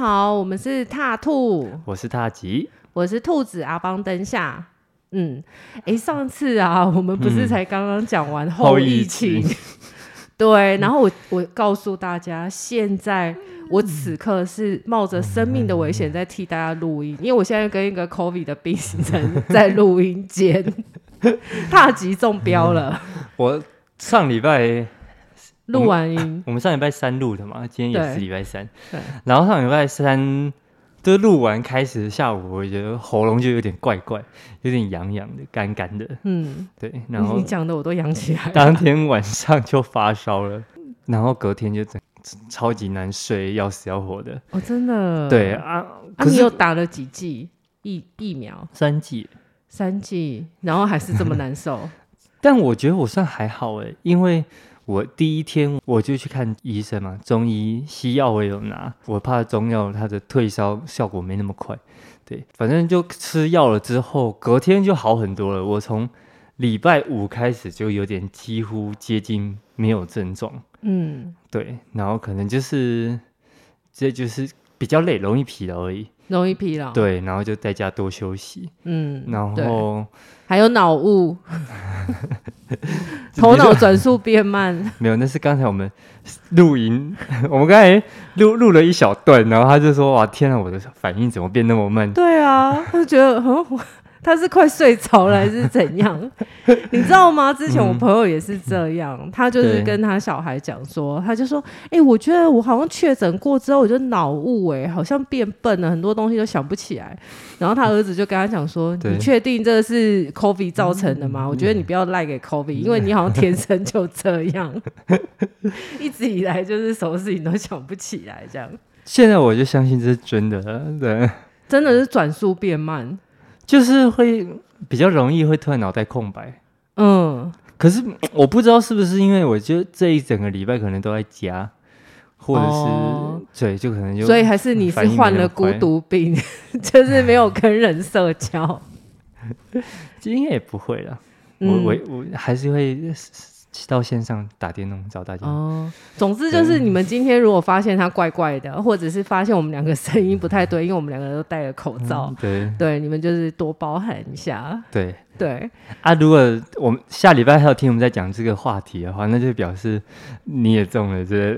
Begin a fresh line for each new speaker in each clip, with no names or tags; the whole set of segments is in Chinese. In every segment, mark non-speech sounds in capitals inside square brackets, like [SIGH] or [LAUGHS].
好，我们是踏兔，
我是大吉，
我是兔子阿邦灯下。嗯，哎，上次啊，我们不是才刚刚讲完后疫情？ [LAUGHS] 对，然后我我告诉大家，现在我此刻是冒着生命的危险在替大家录音，因为我现在跟一个 COVID 的病人在录音间， [LAUGHS] 踏吉中标了，
我上礼拜
录完
[LAUGHS]
音，
我们上礼拜三录的嘛，今天也是礼拜三，
对，
然后上礼拜三就录完开始下午，我觉得喉咙就有点怪怪，有点痒痒的、干干的，
嗯，
对，然后
你讲的我都扬起来了。
当天晚上就发烧了，然后隔天就整超级难睡，要死要活的，
哦，真的。
对，啊，
啊，
可
你
是
有打了几剂疫疫苗？
三剂，
三剂，然后还是这么难受。
但我觉得我算还好诶，因为我第一天我就去看医生嘛，中医西药我也有拿，我怕中药它的退烧效果没那么快，对，反正就吃药了之后，隔天就好很多了。我从礼拜五开始就有点几乎接近没有症状，
嗯，
对，然后可能就是这就是比较累，容易疲劳而已，
容易疲劳。，
对，然后就在家多休息，
嗯，
然
对
后
还有脑
[LAUGHS]
雾，头脑转速变慢。
没有，那是刚才我们录音， [LAUGHS] 我们刚才录录了一小段，然后他就说：“哇，天啊，我的反应怎么变那么慢
对啊，他就觉得，嗯，我他是快睡着了还是怎样？你知道吗？之前我朋友也是这样，他就是
对
跟他小孩讲说，他就说，哎、我觉得我好像确诊过之后，我就脑雾，哎，好像变笨了，很多东西都想不起来。然后他儿子就跟他讲说，
对
你确定这个是 COVID 造成的吗？我觉得你不要赖给 COVID，因为你好像天生就这样，一直以来就是什么事情都想不起来，这样？”
现在我就相信这是真的了，对，
真的是转速变慢。
就是会比较容易会突然脑袋空白。
嗯，
可是我不知道是不是因为我觉得这一整个礼拜可能都在家，或者是、
哦
对，就可能就
所以还是你是患了孤独病， [LAUGHS] 就是没有跟人社 [LAUGHS] 交。
应该也不会了。
嗯
我我我还是会到线上打电动找大家。
哦，总之就是你们今天如果发现他怪怪的，或者是发现我们两个声音不太对，因为我们两个都戴了口罩，
对
对，你们就是多包涵一下。
对，
对，
啊，如果我们下礼拜还有听我们在讲这个话题的话，那就表示你也中了这，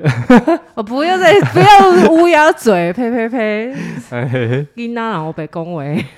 哦，不要再不要乌鸦嘴，呸呸呸，琳娜然后被恭维。 [LAUGHS]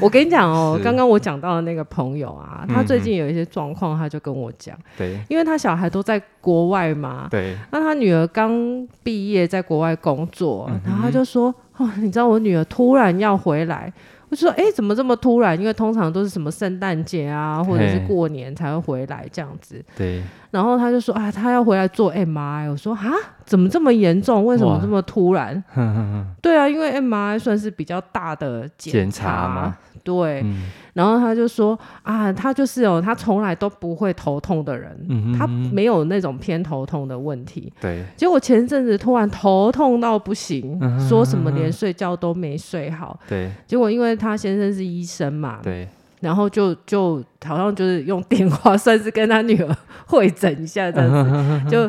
我跟你讲哦，
是
刚刚我讲到的那个朋友啊，他
嗯
最
嗯
近有一些状况，他就跟我讲，
对
因为他小孩都在国外嘛，
对，
那他女儿刚毕业，在国外工作，
嗯哼
然后他就说：“哦，你知道我女儿突然要回来。”我就说：“哎、怎么这么突然？因为通常都是什么圣诞节啊，或者是
嘿
过年才会回来这样子。
对，”
然后他就说：“啊，他要回来做 MRI。”我说：“啊，怎么这么严重？为什么
哇
这么突
[LAUGHS]
然
哼哼哼？”
对啊，因为 MRI 算是比较大的
检
查
查吗？？
对，
嗯
然后他就说：“啊，他就是哦，他从来都不会头痛的人，
嗯哼
他
哼
没有那种偏头痛的问题。”
对，
结果前阵子突然头痛到不行，
嗯哼
说什么连睡觉都没睡好。
对
结果因为他先生是医生嘛，
对，
然后就就好像就是用电话算是跟他女儿会诊一下这
嗯
样子，就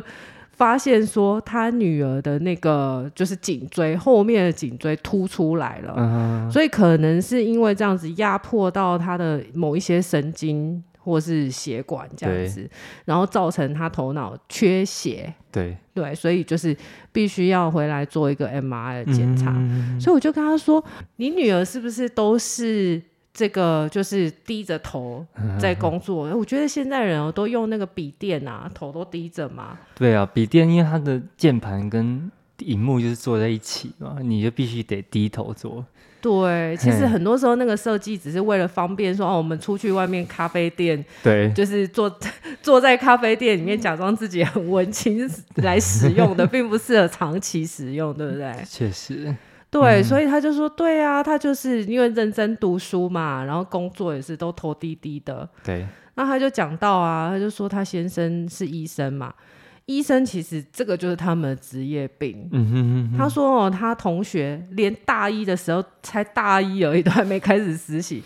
发现说他女儿的那个就是颈椎后面的颈椎突出来了，
嗯，
所以可能是因为这样子压迫到他的某一些神经。或是血管这样
对
子，然后造成他头脑缺血，
对，
对，所以就是必须要回来做一个 MRI 的检查。
嗯
所以我就跟他说：“你女儿是不是都是这个，就是低着头
嗯
在工作？我觉得现在人哦都用那个笔电啊，头都低着嘛。
对啊，笔电因为它的键盘跟荧幕就是坐在一起嘛，你就必须得低头做。
对，其实
嘿
很多时候那个设计只是为了方便说，哦，我们出去外面咖啡店，
对
就是坐 [LAUGHS] 坐在咖啡店里面假装自己很文青 [LAUGHS] 来使用的，并不适合长期使用，对不对？
确实，嗯
对，所以他就说，对啊，他就是因为认真读书嘛，然后工作也是都头低低的。
对
那他就讲到啊，他就说他先生是医生嘛，医生其实这个就是他们的职业病。
嗯哼哼
他说哦，他同学连大一的时候才大一而已，都还没开始实
[LAUGHS]
习，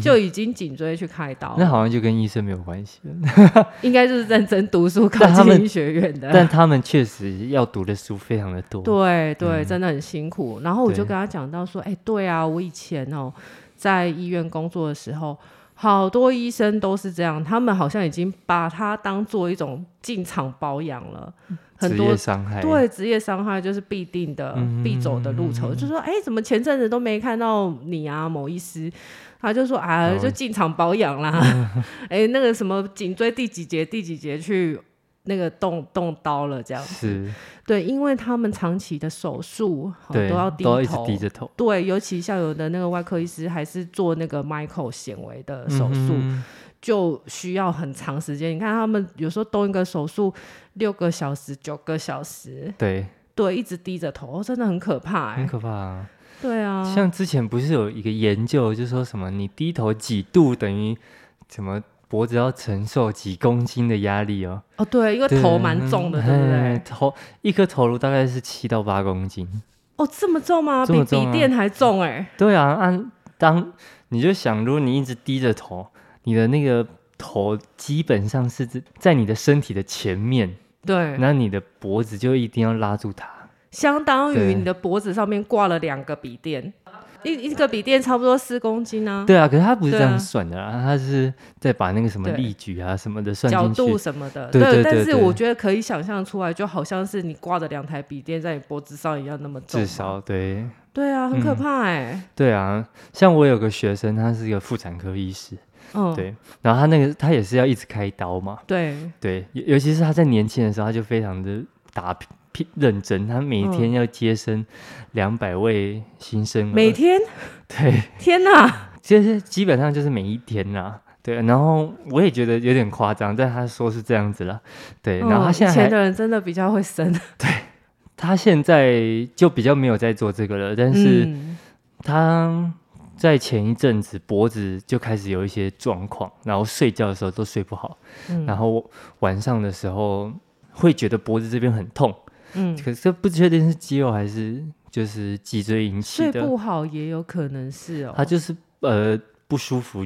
就已经颈椎去开刀
哼，那好像就跟医生没有关系了，
应该就是认真读书考
但他们
进医学院的。
但他们确实要读的书非常的多。
对对，真的很辛苦。然后我就
嗯对
跟他讲到说，哎、对啊，我以前哦在医院工作的时候，好多医生都是这样，他们好像已经把它当做一种进场保养了，很
嗯职
多
业嗯伤害，
对职业伤害就是必定的、必走的路程。就说，哎、怎么前阵子都没看到你啊，某医师？他就说啊，
哦
就进场保养
[LAUGHS]
啦，哎、那个什么颈椎第几节第几节去那个动动刀了，这样子。
是，
对，因为他们长期的手术、哦、
对，
都要低头，
一直低着头
对，尤其像有的那个外科医师还是做那个 micro 纤维的手术，
嗯哼
就需要很长时间。你看他们有时候动一个手术六个小时、九个小时，
对，
对，一直低着头，哦真的很可怕、
很
欸。
可怕、啊。
对啊，
像之前不是有一个研究，就说什么你低头几度等于什么脖子要承受几公斤的压力哦，
哦，对，因为头蛮重的，对不
哎
对？
头一颗头颅大概是七到八公斤。
哦，这么重吗？
这么
比
重
笔
啊
电还重哎、
对啊，按当你就想，如果你一直低着头，你的那个头基本上是在在你的身体的前面，
对，
那你的脖子就一定要拉住它。
相当于
对
你的脖子上面挂了两个笔电，一一个笔电差不多四公斤啊。
对啊，可是他不是这
对啊
样算的啊，他是再把那个什么
对
力矩啊什么的算
角
进去
度。什么的，
对对对
但是
对
我觉得可以想象出来，就好像是你挂着两台笔电在你脖子上一样那么重，
至少对
对啊，很
嗯
可怕哎、
对啊，像我有个学生，他是一个妇产科医师，
嗯，
对，嗯然后他那个他也是要一直开刀嘛，
对
对，尤尤其是他在年轻的时候，他就非常的打拼认真，他每
嗯
天要接生两百位新生儿，
每天，
对， [LAUGHS]
天哪，
其实基本上就是每一天啦。对，然后我也觉得有点夸张，但他说是这样子啦。对，然
嗯
后他现
以
在还
前的人真的比较会生，
他现在就比较没有在做这个了， [LAUGHS] 但是
嗯
他在前一阵子脖子就开始有一些状况，然后睡觉的时候都睡不好，
嗯
然后晚上的时候会觉得脖子这边很痛，
嗯，
可是不确定是肌肉还是就是脊椎引起
睡
的，
不好也有可能是哦，
他就是呃不舒服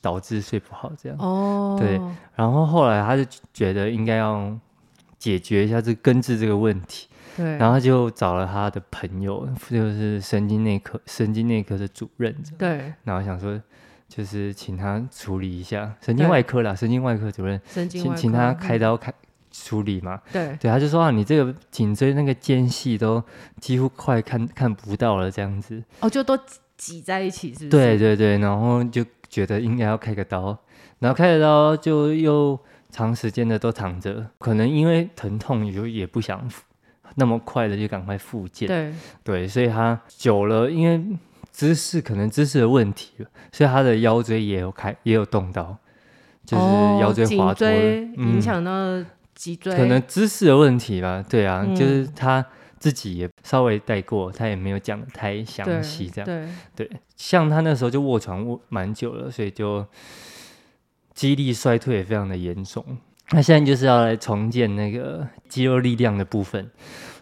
导致睡不好这样，
哦，
对然后后来他就觉得应该要解决一下这根治这个问题，
对，
然后他就找了他的朋友，就是神经内科神经内科的主任，
对
然后想说就是请他处理一下神经外科啦，神经外科主任，
神经
请
外
请
科
他开
嗯
刀开处理嘛。
对，
对，他就说啊，你这个颈椎那个间隙都几乎快看看不到了这样子。
哦，就都挤在一起，是不是？
对，对对，然后就觉得应该要开个刀，然后开了刀就又长时间的都躺着，可能因为疼痛也就也不想那么快的就赶快复健。
对，
对，所以他久了，因为姿势可能姿势的问题，所以他的腰椎也有开也有动到，就是
哦
腰椎滑
颈
脱了，
椎影
嗯
响到脊椎，
可能姿势的问题吧。对啊，
嗯
就是他自己也稍微带过，他也没有讲得太详
对
细这样。
对。
对，像他那时候就卧床卧蛮久了，所以就肌力衰退也非常的严重。那现在就是要来重建那个肌肉力量的部分，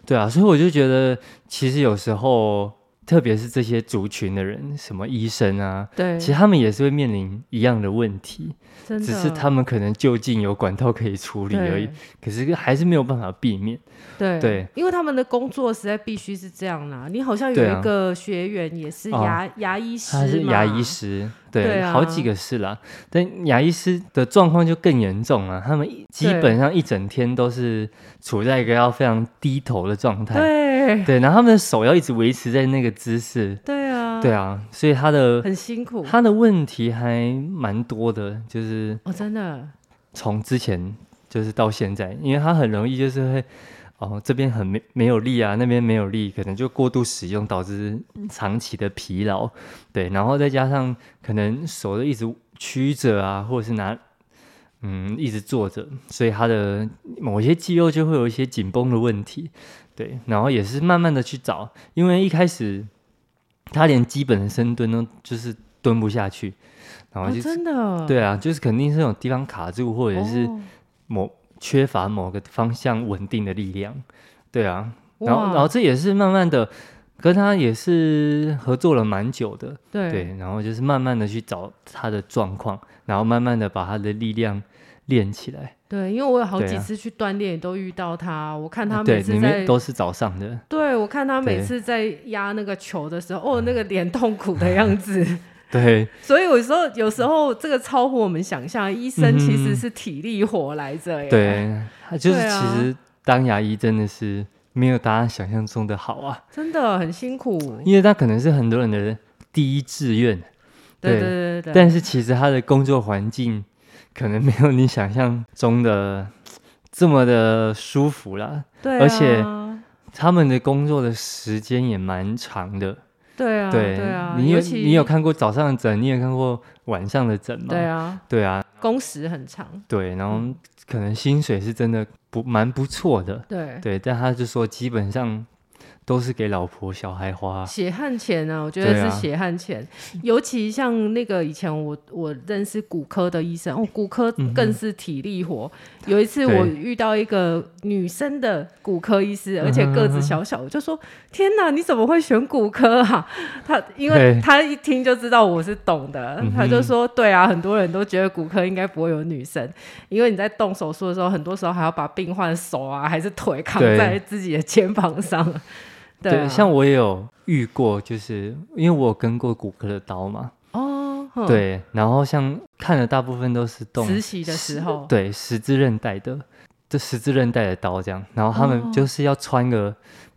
对啊，所以我就觉得其实有时候，特别是这些族群的人，什么医生啊，
对，
其实他们也是会面临一样的问题，
真的
只是他们可能就近有管道可以处理而已，可是还是没有办法避免。
对
对，
因为他们的工作实在必须是这样啦。你好像有
对啊
一个学员也是
哦
牙、牙医师嘛，
他是牙医师，对，
对啊
好几个是啦。但牙医师的状况就更严重啊了，他们一基本上一整天都是处在一个要非常低头的状态，
对
对，然后他们的手要一直维持在那个姿势，
对啊，
对啊，所以他的
很辛苦
他的问题还蛮多的，就是
哦，真的
从之前就是到现在，因为他很容易就是会。哦，这边很没没有力啊，那边没有力，可能就过度使用导致长期的疲劳，对，然后再加上可能手一直曲着啊，或者是拿嗯一直坐着，所以他的某些肌肉就会有一些紧绷的问题，对，然后也是慢慢的去找，因为一开始他连基本的深蹲都就是蹲不下去，然后
哦，
啊就是、
真的
对啊，就是肯定是有地方卡住，或者是
哦
某缺乏某个方向稳定的力量，对啊，然后然后这也是慢慢的跟他也是合作了蛮久的，
对
对，然后就是慢慢的去找他的状况，然后慢慢的把他的力量练起来。
对，因为我有好
对
几
啊
次去锻炼，也都遇到他。我看他每
对，
次
你
在
们，都是早上的，
对我看他每
对嗯
次在压那个球的时候，哦，那个脸痛苦的样子。
对
所以有时候，有时候这个超乎我们想象，医生其实是体力活来着耶。
嗯对，他就是
对
其
啊
实当牙医真的是没有大家想象中的好啊，
真的很辛苦。
因为他可能是很多人的第一志愿，
对
对
对对对，
但是其实他的工作环境可能没有你想象中的这么的舒服啦。
对啊，
而且他们的工作的时间也蛮长的，
对啊，
对，
对啊，
你有
尤其
你有看过早上的诊，你也看过晚上的诊吗？
对嗯啊，
对啊，
工时很长，
对，然后可能薪水是真的不蛮不错的，
对，
对，但他就说基本上都是给老婆小孩花，
血汗钱啊，我觉
对
得
啊
是血汗钱，尤其像那个以前我我认识骨科的医生，哦，骨科更是体力活。有一次
嗯对嗯
我遇到一个女生的骨科医师，而且个子小小，我就说：“天哪，你怎么会选骨科啊？” [LAUGHS] 他因为
对
他一听就知道我是懂的
嗯，哼
他就说：“对啊，很多人都觉得骨科应该不会有女生，因为你在动手术的时候，很多时候还要把病患的手啊还是腿扛
对
在自己的肩膀上。”对啊，
像我也有遇过，就是因为我有跟过骨科的刀嘛，
哦，哼
对，然后像看的大部分都是动
实习的时候，
对十字韧带的，这十字韧带的刀这样，然后他
哦
们就是要穿个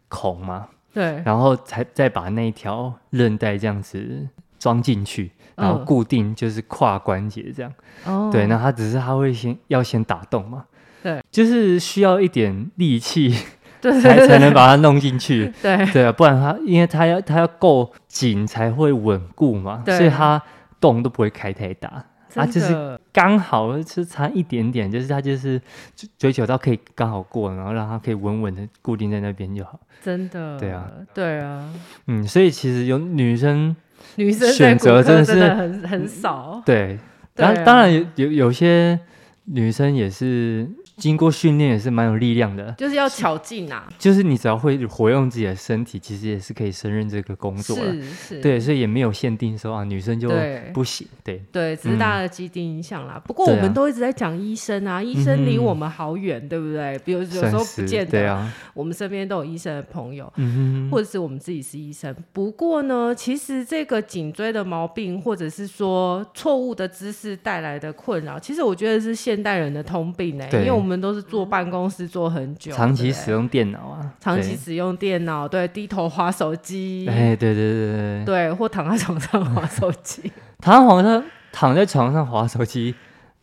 孔嘛，
对
然后才再把那一条韧带这样子装进去，然后
嗯
固定就是胯关节这样。
哦
对，那他只是他会先要先打洞嘛，
对，
就是需要一点力气
对
才才能把它弄进去。
[LAUGHS] 对
对啊，不然它因为它要它要够紧才会稳固嘛，
对
所以它洞都不会开太大。 [LAUGHS] 啊，
真
就是
的
刚好是差一点点，就是它就是追追求到可以刚好过，然后让它可以稳稳的固定在那边就好。
真的
对啊
对啊，
嗯，所以其实有女生
女生在
选
骨科
择真的
真
是嗯
很很少，
对，
对
当、
啊
当然有有有些女生也是经过训练也是蛮有力量的，
就是要巧劲啊，
就是你只要会活用自己的身体，其实也是可以胜任这个工作了。
是是，
对，所以也没有限定说啊女生就
对
不行，对
对，只是
嗯
大家的基地影响啦。不过我
对啊
们都一直在讲医生啊，医生离
嗯哼
我们好远，对不对？比如有
算
时候不
是
见
对
得，
啊，
我们身边都有医生的朋友，
嗯
或
哼，
者是我们自己是医生。不过呢，其实这个颈椎的毛病，或者是说错误的姿势带来的困扰，其实我觉得是现代人的通病呢、
对
因为我们都是坐办公室坐很久，
长
对
期
不对
使用电脑啊，
长
对
期使用电脑，对，低头划手机，
哎，对对对对对，
对，或躺在床上 [LAUGHS] 划手机，
躺在床上躺在床上划手机，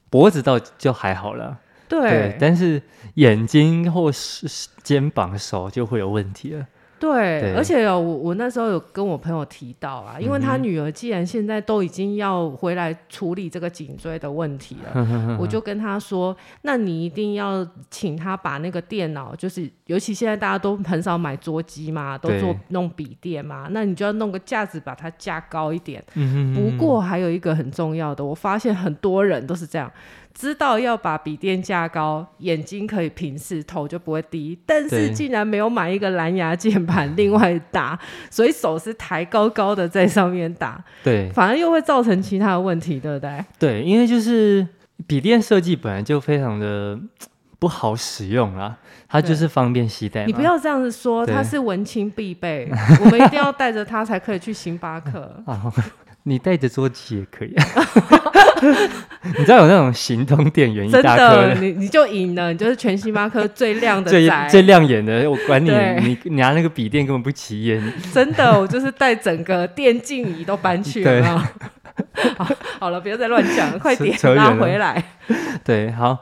脖子倒就还好了，对，
对
但是眼睛或是是肩膀、手就会有问题了。
对，
对
而且有我我那时候有跟我朋友提到啊，因为他
嗯
女儿既然现在都已经要回来处理这个颈椎的问题了，
[LAUGHS]
我就跟他说，那你一定要请他把那个电脑，就是尤其现在大家都很少买桌机嘛，都
对
做弄笔电嘛，那你就要弄个架子把它架高一点。
嗯
不过还有一个很重要的，我发现很多人都是这样，知道要把笔电架高，眼睛可以平视，头就不会低，但是
对
竟然没有买一个蓝牙键盘 [LAUGHS] 另外打，所以手是抬高高的在上面打，
对哎
反而又会造成其他的问题，对不对？
对，因为就是笔电设计本来就非常的不好使用啦，它
对
就是方便携带嘛。
你不要这样子说，
对
它是文青必
[LAUGHS]
备，我们一定要带着它才可以去星巴克。
啊， [LAUGHS] 你带着桌机也可以。 [LAUGHS] 你知道有那种行动电源一
真
大颗
的，你你就赢了，你就是全星巴克最亮的
最
仔。
最亮眼的，我管你，
对
你你拿那个笔电根本不起眼。
[LAUGHS] 真的，我就是带整个电竞椅都搬去了
对
有没有。 [LAUGHS] 好好了，不要再乱讲了，快点
扯远
拉
了
回来。
对，好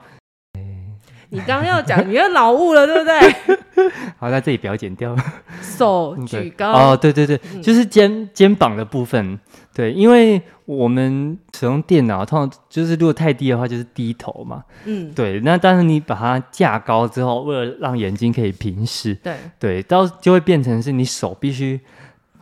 你刚刚要讲，你又脑雾了，对不
[LAUGHS]
对？
好，那这里不要剪
[LAUGHS]
掉。
手
嗯对
举高，嗯
哦，对对对，就是肩肩膀的部分。对，因为我们使用电脑，通常就是如果太低的话，就是低头嘛。
嗯，
对，那但是你把它架高之后，为了让眼睛可以平视，
对
对，到就会变成是你手必须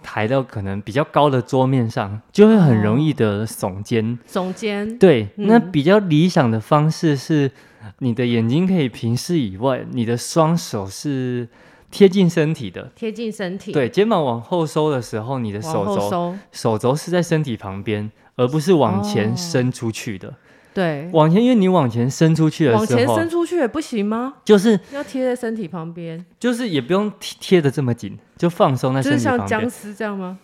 抬到可能比较高的桌面上，就会很容易的耸肩。
耸肩，
对，
哦嗯
那比较理想的方式是，你的眼睛可以平视以外，你的双手是贴近身体的。
贴近身体，，
对，肩膀往后收的时候，你的
往
手
后
肘
收，
手肘是在身体旁边，而不是往
哦
前伸出去的。
对，
往前，因为你往前伸出去
往
的时
前
候
伸，出去也不行吗？
就是
要贴在身体旁边，
就是也不用贴贴的这么紧，就放松在
就
身
是
体
像
旁
僵
边，
尸这样吗？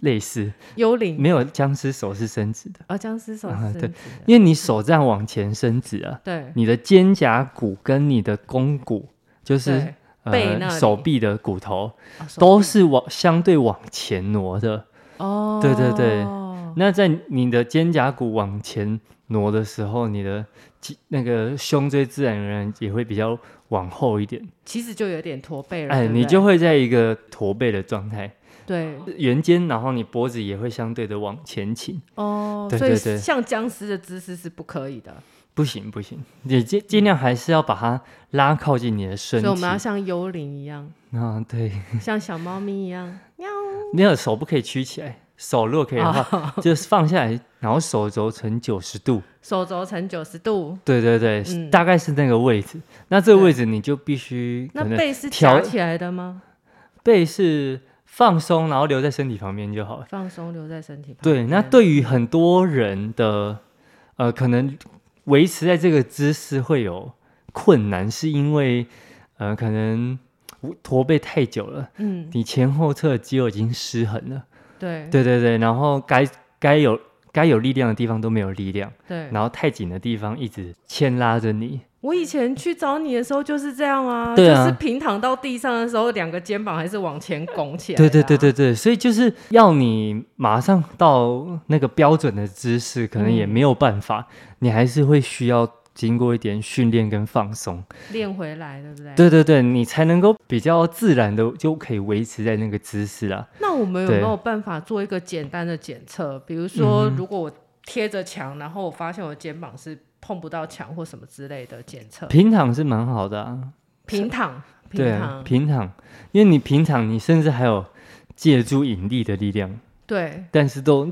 类似
幽灵
没有僵尸手是伸直的，
啊，僵尸手
啊
伸直
对
的，
因为你手这样往前伸直啊，
对
你的肩胛骨跟你的肱骨，就是
对，背那
呃
里
手臂的骨头，
啊手
都
臂
是往相对往前挪的。
哦，
对对对那在你的肩胛骨往前挪的时候，你的肌那个胸椎自然而然也会比较往后一点。
其实就有点驼背了，
哎，
对不对
你就会在一个驼背的状态，
对
圆肩，然后你脖子也会相对的往前倾。
哦，
对
所以
对对
像僵尸的姿势是不可以的，
不行不行，你尽尽量还是要把它拉靠近你的身
所以我
体。
们要像幽灵一样，
啊，对，
像小猫咪一样，
没有手不可以曲起来，手
[LAUGHS]
如果可以的话，就是放下来，然后手肘成九十度。
手肘成九十度，
对对对，
嗯
大概是那个位置。那这个
对
位置你就必须可
那
能
背是
调
夹起来的吗？
背是放松，然后留在身体旁边就好了。
放松留在身体旁
对，
边。
那对于很多人的呃，可能维持在这个姿势会有困难，是因为呃，可能驼背太久了，
嗯，
你前后侧的肌肉已经失衡了。
对
对对对，然后该该有该有力量的地方都没有力量，
对。
然后太紧的地方一直牵拉着你。
我以前去找你的时候就是这样啊，
对啊
就是平躺到地上的时候，两个肩膀还是往前拱起来、啊
对对对，对对，所以就是要你马上到那个标准的姿势，可能也
嗯
没有办法，你还是会需要经过一点训练跟放松。
练回来，对不对？。
对对对，你才能够比较自然的就可以维持在那个姿势啦。
那我们有
对
没有办法做一个简单的检测？比如说，
嗯哼
如果我贴着墙，然后我发现我的肩膀是碰不到墙或什么之类的检测，
平躺是蛮好的啊，
平躺，
对
平
啊
躺，，
平躺，因为你平躺，你甚至还有借助引力的力量，
对，
但是都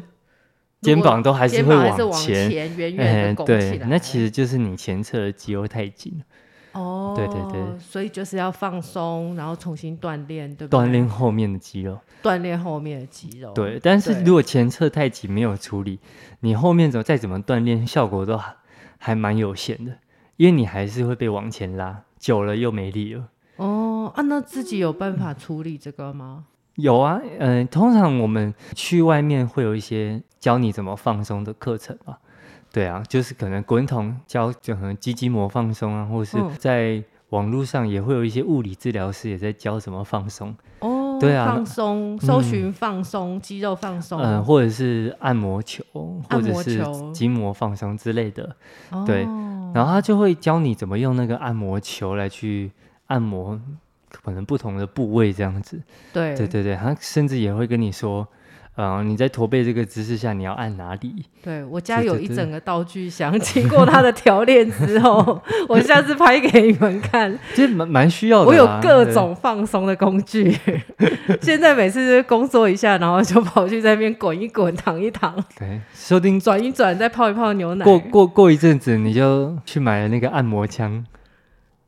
肩
如果
膀都还是
肩
会
膀还是
往
往前，
前。哎
远远的拱起
对，
来。
那其实就是你前侧的肌肉太紧了，
哦，
对对对，
所以就是要放松，然后重新锻炼，对不对？
锻炼后面的肌肉。
锻炼后面的肌肉。
对，但是
哦对
如果前侧太紧没有处理，你后面怎么再怎么锻炼，效果都还还蛮有限的，因为你还是会被往前拉，久了又没力了。
哦啊，那自己有办法处理这个吗？
有啊，嗯、通常我们去外面会有一些教你怎么放松的课程嘛。对啊，就是可能滚筒教，就可能肌筋膜放松啊，或是
嗯
在网络上也会有一些物理治疗师也在教怎么放松，
哦，
对啊
放松，搜寻放松，肌肉放松。
嗯、或者是按摩球，或
按
者
摩
是
球
筋膜放松之类的。
哦
对然后他就会教你怎么用那个按摩球来去按摩可能不同的部位这样子。
对
对对对，他甚至也会跟你说，嗯、你在驼背这个姿势下你要按哪里？
对我家
对
有
对
一
对
整个道具箱， [LAUGHS] 经过他的调练之后， [LAUGHS] 我下次拍给你们看。
这蛮蛮需要的
我
啦。
有各
对。
种放松的工具， [LAUGHS] 现在每次就是工作一下，然后就跑去在那边滚一滚、躺一躺、
对，说不定
转一转，再泡一泡牛奶。
过过过一阵子你就去买了那个按摩枪，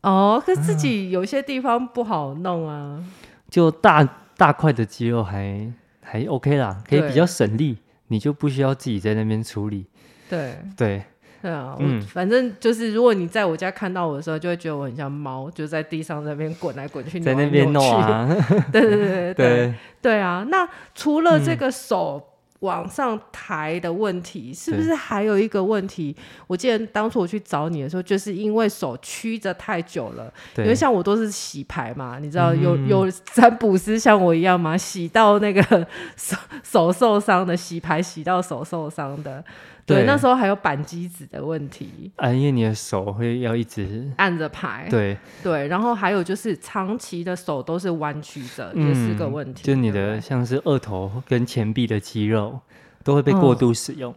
哦，可是
嗯
自己有些地方不好弄啊。
就大大块的肌肉还还 OK 啦，可以
对
比较省力，你就不需要自己在那边处理。
对，
对，
对啊，
嗯
嗯，反正就是，如果你在我家看到我的时候，就会觉得我很像猫，就在地上在那边滚来滚去，
在
扭来
那边
扭
弄
去。
啊，
[LAUGHS] 对对对对对
[LAUGHS] 对。
对啊！那除
嗯
了这个手往上抬的问题，是不是还有一个问题？我记得当初我去找你的时候，就是因为手曲着太久了，因
对嗯
为像我都是洗牌嘛，你知道有有占卜师像我一样嘛，洗到那个 [LAUGHS] 手手受伤的，洗牌洗到手受伤的。对，
对
那时候还有扳机子的问题，
啊，因为你的手会要一直
按着牌。
对，
对然后还有就是长期的手都是弯曲着，也是个
嗯
问题。
就
对
你
不
的
对
像是二头跟前臂的肌肉都会被过
嗯
度使用，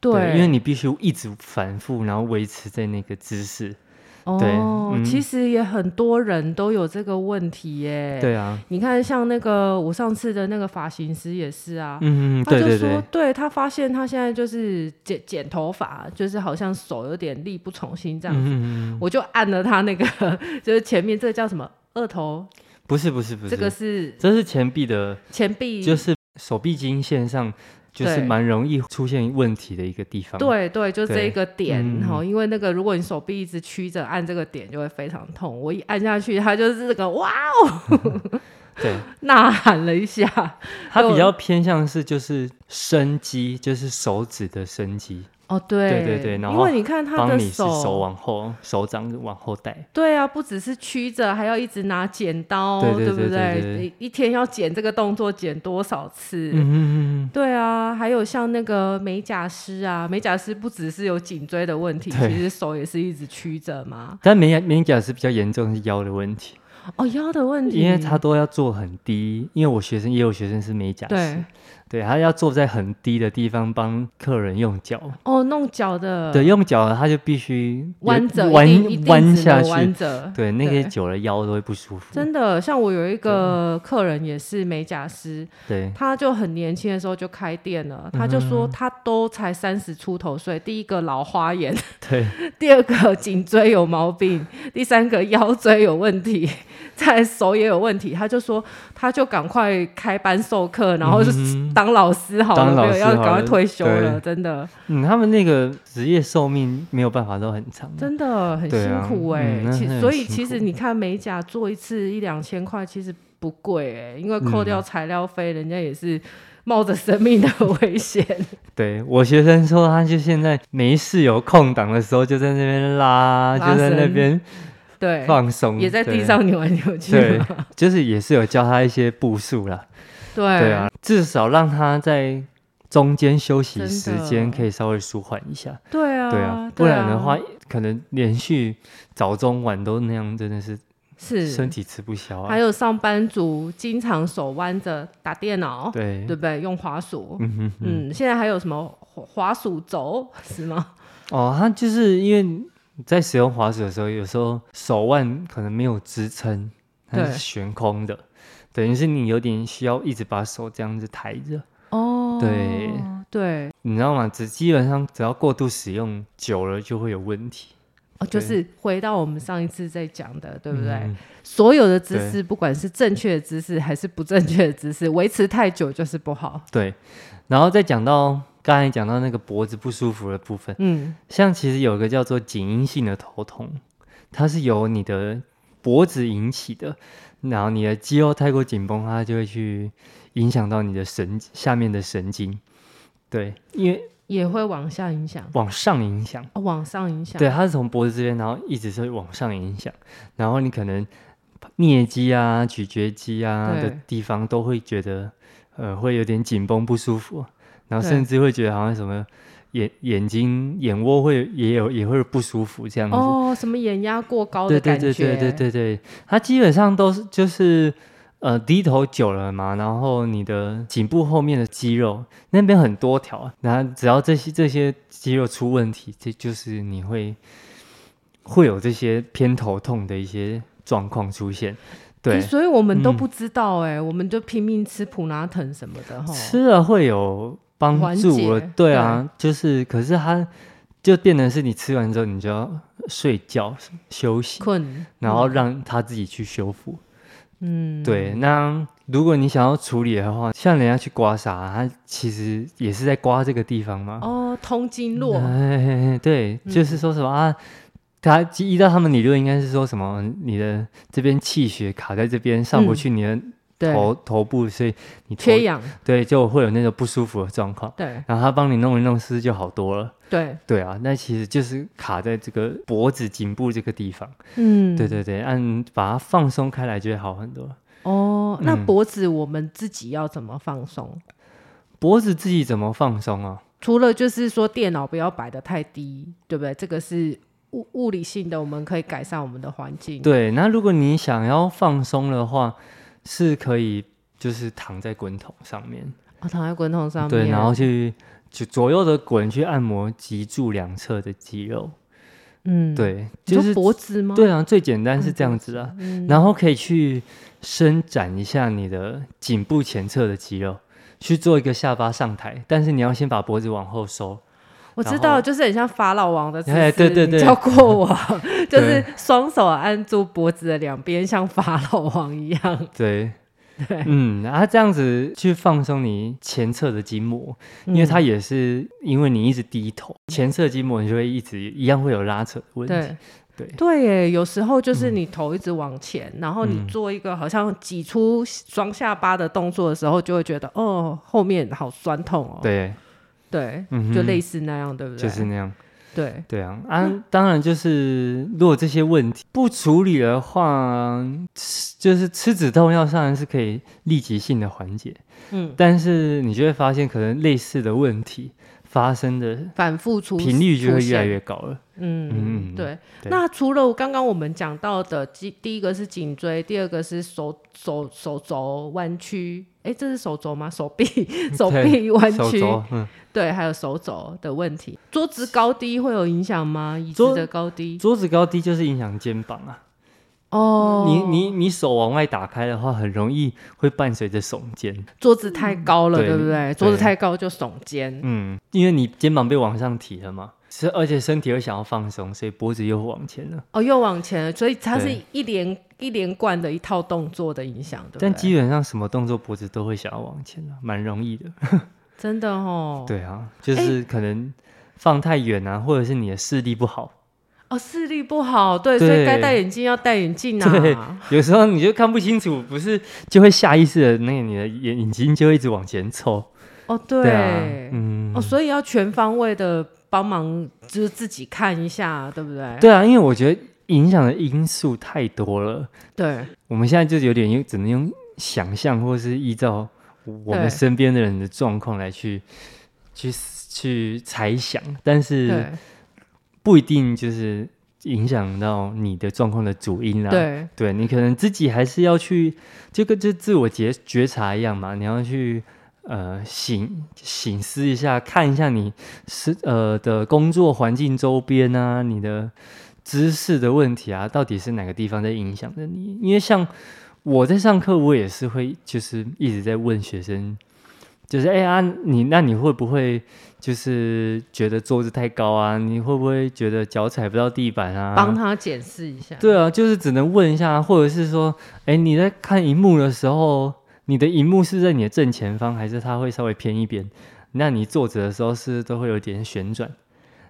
对，
因为你必须一直反复，然后维持在那个姿势，
哦，
嗯
其实也很多人都有这个问题耶。，
对啊，
你看像那个我上次的那个发型师也是啊，
嗯，
他
对
就
对
说
对，，
对他发现他现在就是剪剪头发，就是好像手有点力不从心这样子。
嗯，嗯嗯
我就按了他那个， [LAUGHS] 就是前面这个叫什么二头，
不是不是不是，
这个是
这是前臂的，
前臂，
就是手臂经线上，就是
对
蛮容易出现问题的一个地方。，
对对，就这
对
一个点
嗯，
然后、因为那个如果你手臂一直曲着按这个点，就会非常痛。我一按下去，他就是这个哇哦， [LAUGHS]
对，
呐喊了一下。
它
对
比较偏向是就是伸肌，就是手指的伸肌，
哦，对
对对对然
因
后
为你看他
帮
的
你啊是手往后，手掌往后带。
对啊，不只是曲着，还要一直拿剪刀，
对对对
不
对对对
一一天要剪这个动作剪多少次？
嗯嗯嗯
对啊，还有像那个美甲师啊，美甲师不只是有颈椎的问题，
对
其实手也是一直曲着嘛。
但美甲美甲是比较严重的是腰的问题，
哦，腰的问题，
因为他都要做很低，因为我学生也有学生是美甲
对
师，对，他要坐在很低的地方帮客人用脚，
哦弄脚的，
对，用脚他就必须
弯着，
弯
一定一定
弯
只
下
能
去
弯，着，
对，那个
对
久了腰都会不舒服。
真的，像我有一个客人也是美甲师， [LAUGHS]
对，
他就很年轻的时候就开店
嗯
了，他就说他都才三十出头岁，第一个老花眼， [LAUGHS]
对，
第二个颈椎有毛病，第三个腰椎有问题， [LAUGHS] 再来手也有问题。他就说，他就赶快开班授课，然后就
嗯哼
当老师好了，
当老
没有
师
要
好了
赶快退休了，
对
真的，
嗯，他们那个职业寿命没有办法都很长，
真的很
对
辛
啊
苦哎、
嗯那
其
真的很
所以
辛苦
其实你看美甲做一次一两千块，其实不贵哎、因为
嗯
扣掉材料费，人家也是冒着生命的危险。 [LAUGHS]
对我学生说，他就现在没事有空档的时候，就在那边拉，
拉
就在那
伸
边
对，
放松，
也在地
嗯对。
上扭来扭去
[LAUGHS] 对
嘛。，
就是也是有教他一些步数啦，
对
对啊，至少让他在中间休息
真的
时间可以稍微舒缓一下，
对啊，
对啊，不然的话，可能连续早中晚都那样，真的是
是
身体吃不消啊
还。有上班族经常手弯着打电脑，
对，
不对？用滑鼠，
嗯哼哼，
嗯，现在还有什么滑滑鼠轴 [LAUGHS] 是吗？
哦，他就是因为你在使用滑鼠的时候，有时候手腕可能没有支撑，它
对
是悬空的，等于是你有点需要一直把手这样子抬着，
哦
对
对，
你知道吗？只基本上只要过度使用久了就会有问题，
哦，就
对
是回到我们上一次在讲的，对不对？
嗯
所有的姿
对
势，不管是正确的姿势还是不正确的姿势，维持太久就是不好。
对，然后再讲到刚才讲到那个脖子不舒服的部分，
嗯，
像其实有个叫做颈因性的头痛，它是由你的脖子引起的，然后你的肌肉太过紧绷，它就会去影响到你的神下面的神经，对，因为
也会往下影响，
往上影响，
哦、往上影响。
对，它是从脖子这边，然后一直是会往上影响，然后你可能颞肌啊、咀嚼肌啊
对
的地方都会觉得呃会有点紧绷不舒服，然后
对
甚至会觉得好像什么。眼眼睛眼窝会也有也会不舒服这样子，
哦，什么眼压过高的
对对
感觉？
对对对对对，它基本上都是就是呃低头久了嘛，然后你的颈部后面的肌肉那边很多条啊，然后只要这些这些肌肉出问题，这就是你会会有这些偏头痛的一些状况出现。
诶
对，
所以我们都
嗯
不知道哎、我们就拼命吃普拿疼什么的哈。
吃了会有帮
缓
助了
解，
对啊，就是可是它就变成是你吃完之后你就要睡觉休息，
困，
然后让它自己去修复。
嗯，
对，那如果你想要处理的话，像人家去刮痧啊，它其实也是在刮这个地方嘛。
哦，嗯通经络，
哎，对，就是说什么、啊？他依照他们理论，应该是说什么？你的这边气血卡在这边上不去你的
嗯对，
头、头部，所以你头
缺氧，
对就会有那种不舒服的状况。
对
然后他帮你弄一弄，是不是就好多了？
对，
对啊，那其实就是卡在这个脖子、颈部这个地方。
嗯，
对。对对，按把它放松开来就会好很多。
哦，那
嗯
脖子我们自己要怎么放松？
脖子自己怎么放松啊？
除了就是说电脑不要摆得太低，对不对？这个是物物理性的，我们可以改善我们的环境。
对，那如果你想要放松的话，是可以就是躺在滚筒上面，
哦，躺在滚筒上面，哦
对，然后去就左右的滚去按摩脊柱两侧的肌肉，
嗯，，
对，就是
脖子吗？
对啊，最简单是这样子啊，
嗯，
然后可以去伸展一下你的颈部前侧的肌肉，去做一个下巴上抬，但是你要先把脖子往后收，
我知
然
道，
后
就是很像法老王的姿势，
哎对对对
你教过
[LAUGHS]
我，就是
对
双手按住脖子的两边，像法老王一样。 [LAUGHS]
对。
对
嗯，然后这样子去放松你前侧的筋膜， [LAUGHS] 因
嗯
为它也是因为你一直低头，前侧筋膜你就会一直一样会有拉扯的问题。
对
对
对耶，有时候就是你头一直往前，然后你
嗯
做一个好像挤出双下巴的动作的时候，就会觉得哦，后面好酸痛哦。
对，
对，
嗯哼
就类似嗯那样，对不对？
就是那样。
对，
对啊，啊，当然就是如果这些问题不处理的话，吃就是吃止痛药当然是可以立即性的缓解，
嗯，
但是你就会发现，可能类似的问题发生的
反复出
频率就会越来。
出现
越高了。
嗯，
嗯
对。
对
那除了刚刚我们讲到的，第第一个是颈椎，第二个是手手手肘弯曲，哎，这是手肘吗？手臂手臂弯
手
曲，
肘，嗯，
对，还有手肘的问题。桌子高低会有影响吗？椅子
桌
的高低？
桌子高低就是影响肩膀啊。
哦，
你你你手往外打开的话，很容易会伴随着耸肩。
桌子太高了，
对
对不对？桌子
对
太高就耸肩。
嗯，因为你肩膀被往上提了嘛，是而且身体会想要放松，所以脖子又往前了。
哦，又往前了，所以它是
对
一连一连贯的一套动作的影响，对不对？
但基本上什么动作脖子都会想要往前啊，蛮容易的。
哦真的哦，
对啊，就是可能放太远啊，或者是你的视力不好， [LAUGHS]
哦，视力不好，对，
对
所以该戴眼镜要戴眼镜
对
啊。
有时候你就看不清楚，不是就会下意识的那个你的眼眼睛就会一直往前凑。
哦，对，
啊，嗯，
哦，所以要全方位的帮忙，就是自己看一下，对不对？
对啊，因为我觉得影响的因素太多了，
对
我们现在就有点用只能用想象，或是依照我
对
们身边的人的状况来去去去猜想，但是。
对
不一定就是影响到你的状况的主因啦、
对
对，你可能自己还是要去，就跟就自我觉觉察一样嘛，你要去呃醒醒思一下，看一下你是呃的工作环境周边啊，你的知识的问题啊，到底是哪个地方在影响着你？因为像我在上课，我也是会就是一直在问学生。就是哎呀、啊，你那你会不会就是觉得桌子太高啊？你会不会觉得脚踩不到地板啊？
帮他检视一下。
对啊，就是只能问一下，或者是说，哎，你在看荧幕的时候，你的荧幕是在你的正前方，还是它会稍微偏一边？那你坐着的时候是都会有点旋转，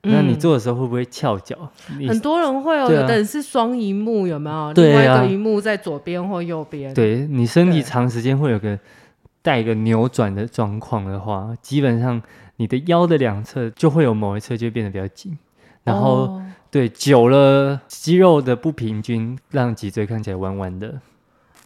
那你
嗯
坐的时候会不会翘脚？你
很多人会哦，
对啊
有的人是双荧幕，有没有？
对
另外一
啊
个荧幕在左边或右边。
对你身体
对
长时间会有个带一个扭转的状况的话，基本上你的腰的两侧就会有某一侧就变得比较紧，然后、
哦
对久了肌肉的不平均，让脊椎看起来弯弯的。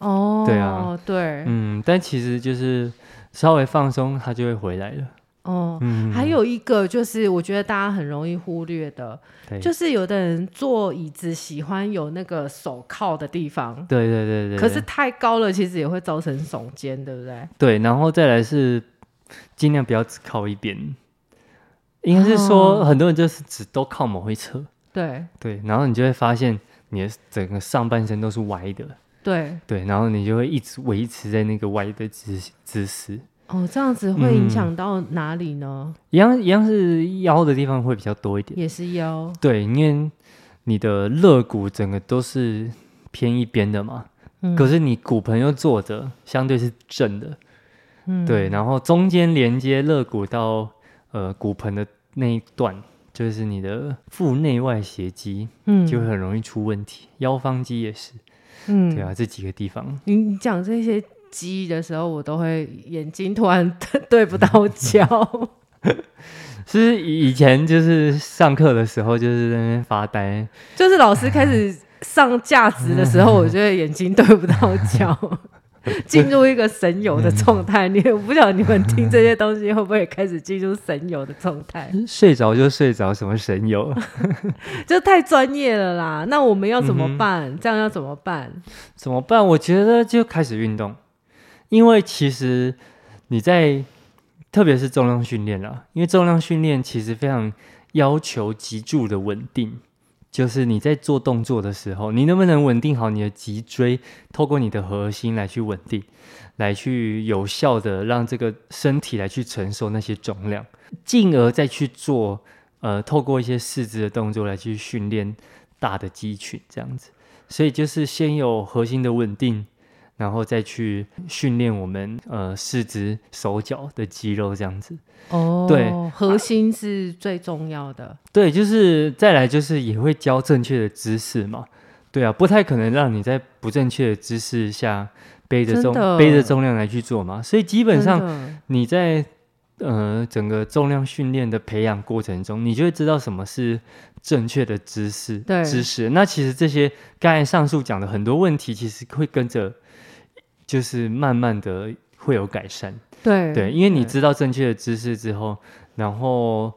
哦，
对啊，
对，
嗯，但其实就是稍微放松，它就会回来了。
哦，
嗯，
还有一个就是，我觉得大家很容易忽略的，
对
就是有的人坐椅子喜欢有那个手靠的地方，
对对对对，
可是太高了，其实也会造成耸肩，对不对？
对，然后再来是尽量不要只靠一边，应该是说
哦
很多人就是只都靠某一侧，
对
对，然后你就会发现你的整个上半身都是歪的，
对，
对，然后你就会一直维持在那个歪的姿姿势，
哦，这样子会影
嗯
响到哪里呢？
一样一样是腰的地方会比较多一点，
也是腰，
对，因为你的肋骨整个都是偏一边的嘛，
嗯
可是你骨盆又坐着，相对是正的，
嗯，
对，然后中间连接肋骨到呃骨盆的那一段，就是你的腹内外斜肌
嗯，
就会很容易出问题，腰方肌也是，
嗯，
对啊，这几个地方，
你你讲这些鸡的时候，我都会眼睛突然 [LAUGHS] 对不到
嗯
焦，
是以以前就是上课的时候就是在那边发呆，
就是老师开始上价值的时候，我觉得眼睛对不到焦。
[LAUGHS]
进入一个神游的状态，你我不晓得你们听这些东西会不会也开始进入神游的状态，
睡着就睡着，什么神游，
就太专业了啦。那我们要怎
嗯
么
哼
办？这样要怎么办？
怎么办？我觉得就开始运动，因为其实你在，特别是重啊量训练啦，因为重量训练其实非常要求脊柱的稳定，就是你在做动作的时候，你能不能稳定好你的脊椎，透过你的核心来去稳定，来去有效的让这个身体来去承受那些重量，进而再去做呃，透过一些四肢的动作来去训练大的肌群，这样子。所以就是先有核心的稳定，然后再去训练我们呃四肢、手脚的肌肉，这样子。
哦，
对，
核心是最重要的。
对，就是再来就是也会教正确的姿势嘛。对啊，不太可能让你在不正确的姿势下背着重
真的
背着重量来去做嘛。所以基本上
真的
你在呃整个重量训练的培养过程中，你就会知道什么是正确的姿势
对
知识。那其实这些刚才上述讲的很多问题，其实会跟着就是慢慢的会有改善。
对
对，因为你
对
知道正确的姿势之后，然后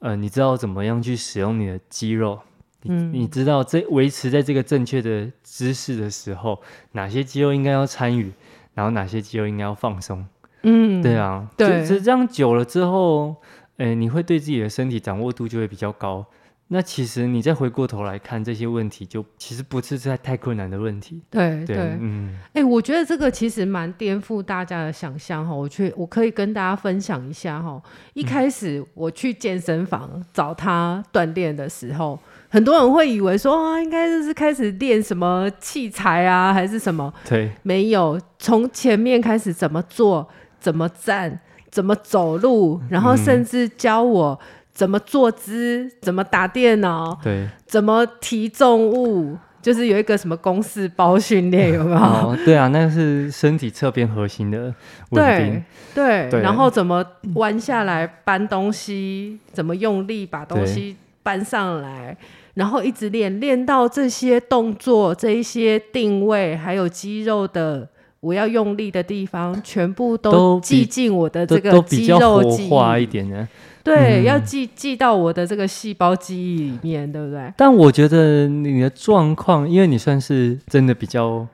呃，你知道怎么样去使用你的肌肉，你、
嗯
你知道这维持在这个正确的姿势的时候，哪些肌肉应该要参与，然后哪些肌肉应该要放松。
嗯，
对，啊，就
对
就这样久了之后，呃，你会对自己的身体掌握度就会比较高。那其实你再回过头来看这些问题就，其实不是太太困难的问题。
对
对，
对。
嗯，
哎、我觉得这个其实蛮颠覆大家的想象哈。我去，我可以跟大家分享一下哈。一
嗯
开始我去健身房找他锻炼的时候，很多人会以为说啊，应该就是开始练什么器材啊，还是什么？
对，
没有，从前面开始怎么做、怎么站、怎么走路，然
嗯
后甚至教我怎么坐姿、怎么打电脑、 [LAUGHS]
对，
怎么提重物，就是有一个什么公式包训练，有没有？
哦，对啊，那是身体侧边核心的
[LAUGHS]
稳
对
定，
对，
对
然后怎么弯下来搬东西，怎么用力把东西搬上来，然后一直练，练到这些动作、这一些定位，还有肌肉的我要用力的地方，全部
都
都
比
记进我的
都
这个
都比
肌
较
肉
活
记
化一
忆。
点呢。
对，
嗯
要记记到我的这个细胞记忆里面，对不对？
但我觉得你的状况，因为你算是真的比较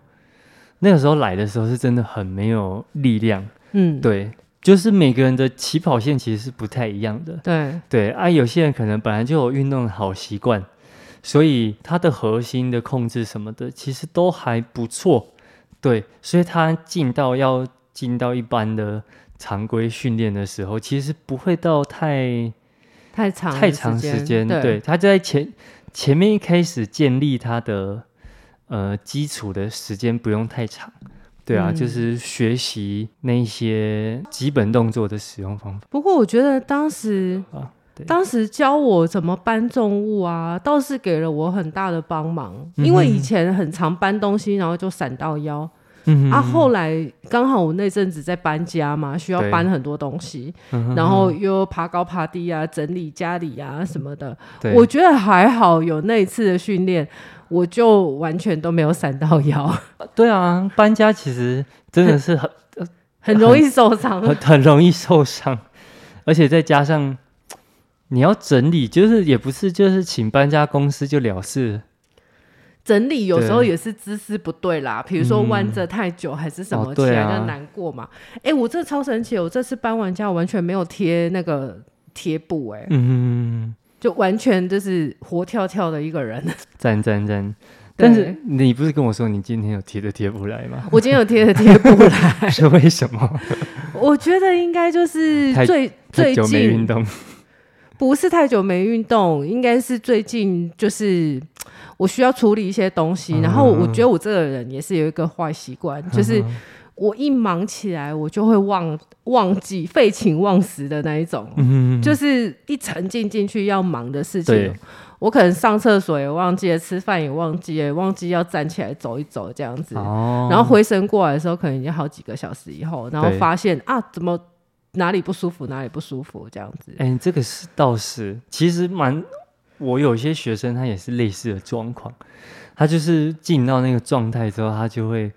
那个时候来的时候是真的很没有力量，
嗯，
对，就是每个人的起跑线其实是不太一样的，
对
对啊，有些人可能本来就有运动的好习惯，所以他的核心的控制什么的其实都还不错，对，所以他进到要进到一般的常规训练的时候，其实不会到太
太长
太
的
长时间，
间，
对，他就在前前面一开始建立他的呃基础的时间不用太长，对啊，
嗯
就是学习那一些基本动作的使用方法
不过我觉得当时
啊，对
当时教我怎么搬重物啊，倒是给了我很大的帮忙，
嗯哼
因为以前很常搬东西，然后就闪到腰。
嗯
啊，后来刚好我那阵子在搬家嘛，需要
对
搬很多东西，
嗯
然后又爬高爬低啊，整理家里啊什么的。
对，
我觉得还好，有那一次的训练，我就完全都没有闪到腰， [LAUGHS]
对啊，搬家其实真的是 [LAUGHS] 很
很容易受伤。
很很容易受伤，而且再加上你要整理，就是也不是就是请搬家公司就了事了。
整理有时候
对嗯
也是姿势不对啦，比如说弯着太久还是什么，起
哦对啊
来就难过嘛。哎、我这超神奇，我这次搬完家我完全没有贴那个 [LAUGHS] 贴布、哎、
嗯，
就完全就是活跳跳的一个人。 [LAUGHS]
赞赞赞！
对
但是你不是跟我说你今天有贴的贴不来吗？
我今天有贴的贴布来，
[LAUGHS] 是为什么？
[LAUGHS] 我觉得应该就是
太
最
太
最
久没运
近
动，
不是太久没运动，应该是最近就是。我需要处理一些东西，
嗯
然后我觉得我这个人也是有一个坏习惯，
嗯
就是我一忙起来，我就会忘忘记废寝忘食的那一种，
嗯，
就是一沉浸进去要忙的事情
对。
我可能上厕所也忘记了，吃饭也忘记了，忘记要站起来走一走这样子。
哦，
然后回神过来的时候，可能已经好几个小时以后，然后
对
发现啊，怎么哪里不舒服，哪里不舒服这样子。，
哎、这个是倒是，其实蛮，我有些学生他也是类似的状况，他就是进到那个状态之后，他就会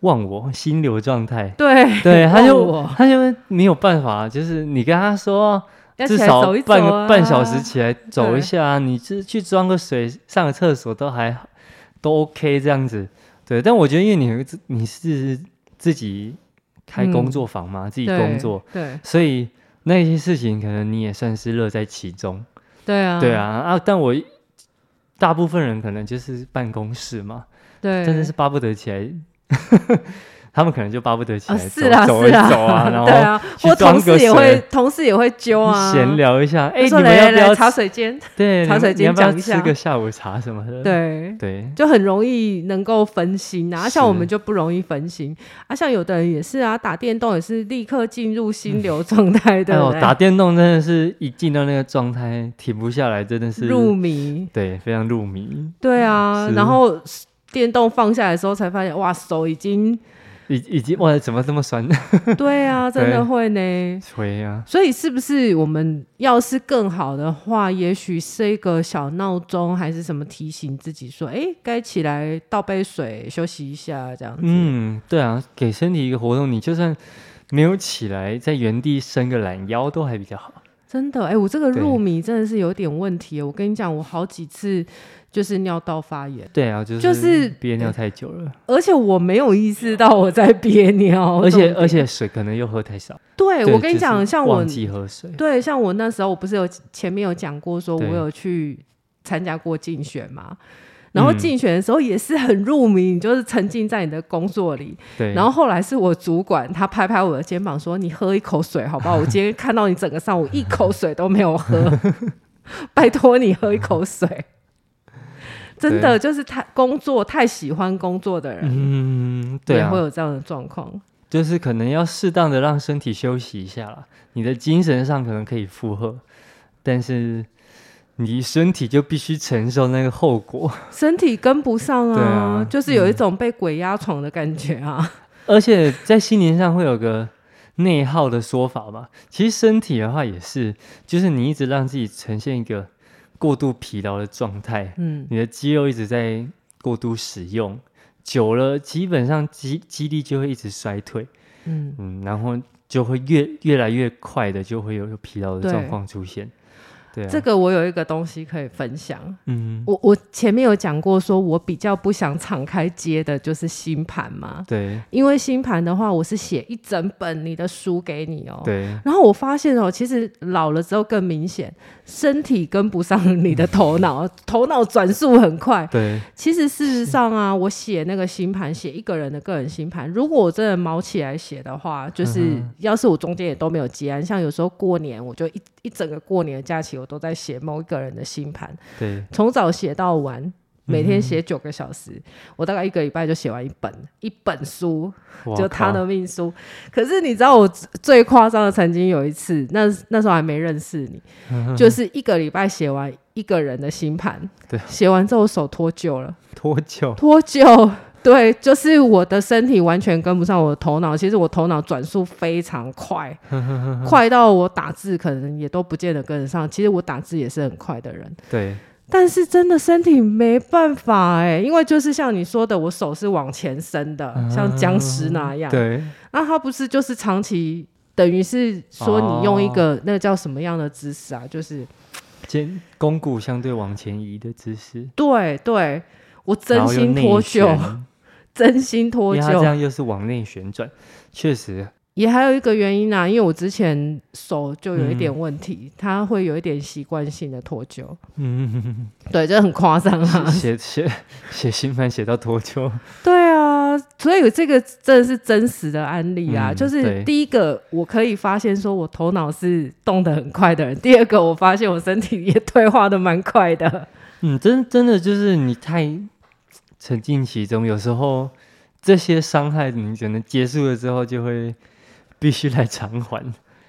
忘我，心流状态
对
[LAUGHS] 对，他
忘
就
我
他就没有办法，就是你跟他说
要起
至
来
少
走一走
半个、
啊
半小时起来走
对
一下、啊，你是去装个水、上个厕所都还好都 OK 这样子，对，但我觉得因为你有自你是自己开工
嗯
作坊嘛，自己
对
工作。
对
所以那些事情可能你也算是乐在其中，
对啊，
对啊啊！但我大部分人可能就是办公室嘛，
对，
真的是巴不得起来。 [LAUGHS] 他们可能就巴不得起
啊，
来
是
走、
啊，
走
是
一走
[LAUGHS]
啊，然后
对啊，
去
或
装
同
个
事也
水
会，同事也会揪啊，
[LAUGHS] 闲聊一下。哎、
就
你
说
们要
来
不
来
要
茶水
[LAUGHS]
间，
对，
茶
你
水
们
间
你要不要
讲一下
吃个下午茶什么的？
对，
对，
就很容易能够分心啊，啊像我
是
们就不容易分心啊，像有的人也是啊，打电动也是立刻进入心流状态，对
哎
不
呦，
对？
打电动真的是一进到那个状态停不下来，真的是
入迷，
对，非常入迷，
对啊
是，
然后电动放下来的时候才发现，哇，手已
[LAUGHS]
经，
已已经哇，怎么这么酸？
对啊，真
对
的会呢。
[LAUGHS] 吹啊，
所以是不是我们要是更好的话，也许设一个小闹钟，还是什么提醒自己说，哎，该起来倒杯水休息一下，这样子。
嗯，对啊，给身体一个活动，你就算没有起来，在原地伸个懒腰都还比较好。
真的，哎、我这个
对
入迷真的是有点问题。我跟你讲，我好几次就是尿道发炎，
对啊，就是
就是
憋尿太久了，
而且我没有意识到我在憋尿，
而且
重点
而且水可能又喝太少。
对
对
我跟
就
你讲，
是
像我
忘记喝水，
对，像我那时候，我不是有前面有讲过，说我
对
有去参加过竞选嘛。然后
嗯
竞选的时候也是很入迷，你就是沉浸在你的工作里。
对，
然后后来是我主管，他拍拍我的肩膀说：“你喝一口水好不好？我今天看到你整个上午一口水都没有喝， [LAUGHS] 拜托你喝一口水。”真的就是太工作太喜欢工作的人，
嗯，对
也
啊
会，有这样的状况。
就是可能要适当的让身体休息一下啦，你的精神上可能可以负荷，但是你身体就必须承受那个后果。 [LAUGHS]
身体跟不上
对
啊，
啊
就是有一种被鬼压床的感觉啊。
而且在心灵上会有个内耗的说法嘛，其实身体的话也是，就是你一直让自己呈现一个过度疲劳的状态，
嗯，
你的肌肉一直在过度使用，久了基本上肌肌力就会一直衰退。
嗯，
嗯，然后就会越越来越快的就会有疲劳的
对
状况出现。对啊，
这个我有一个东西可以分享。
嗯，
我我前面有讲过，说我比较不想敞开接的就是星盘嘛，
对
因为星盘的话，我是写一整本你的书给你哦。。
对，
然后我发现哦，其实老了之后更明显，身体跟不上你的头脑，头脑转速很快。
对，
其实事实上啊，我写那个星盘，写一个人的个人星盘，如果我真的毛起来写的话，就是、
嗯哼
要是我中间也都没有结案，像有时候过年，我就一一整个过年的假期，我都在写某一个人的星盘，
对，
从早写到晚。每
嗯
天写九个小时，我大概一个礼拜就写完一本一本书，
哇
[LAUGHS] 就他
靠
的命书。可是你知道我最最夸张的，曾经有一次，那那时候还没认识你，
嗯
就是一个礼拜写完一个人的星盘
对，
写完之后手脱臼了，
多
[LAUGHS]
久？
脱臼。对，就是我的身体完全跟不上我的头脑，其实我头脑转速非常
[LAUGHS]
快，快到我打字可能也都不见得跟得上。其实我打字也是很快的人，
对
但是真的身体没办法哎、因为就是像你说的，我手是往前伸的，像僵尸那样。
啊对，
那他不是就是长期等于是说你用一
哦
个、那个叫什么样的姿势啊？就是
肩肱骨相对往前移的姿势，
对对，我
然
真
后又
心
内
脱臼，
旋
[LAUGHS] 真心
因
脱
为它这
臼。
样又是往内旋转，确实，
也还有一个原因啊，因为我之前手就有一点问题，它会有一点习惯性的脱臼，
嗯，
对，这很夸张啊。
[LAUGHS] 写写写新番写到多久？
对啊，所以这个真的是真实的案例啊。
嗯
就是
对
第一个，我可以发现说我头脑是动得很快的人； [LAUGHS] 第二个，我发现我身体也退化的蛮快的。
嗯，真真的就是你太沉浸其中，有时候这些伤害你可能结束了之后就会必须来偿还。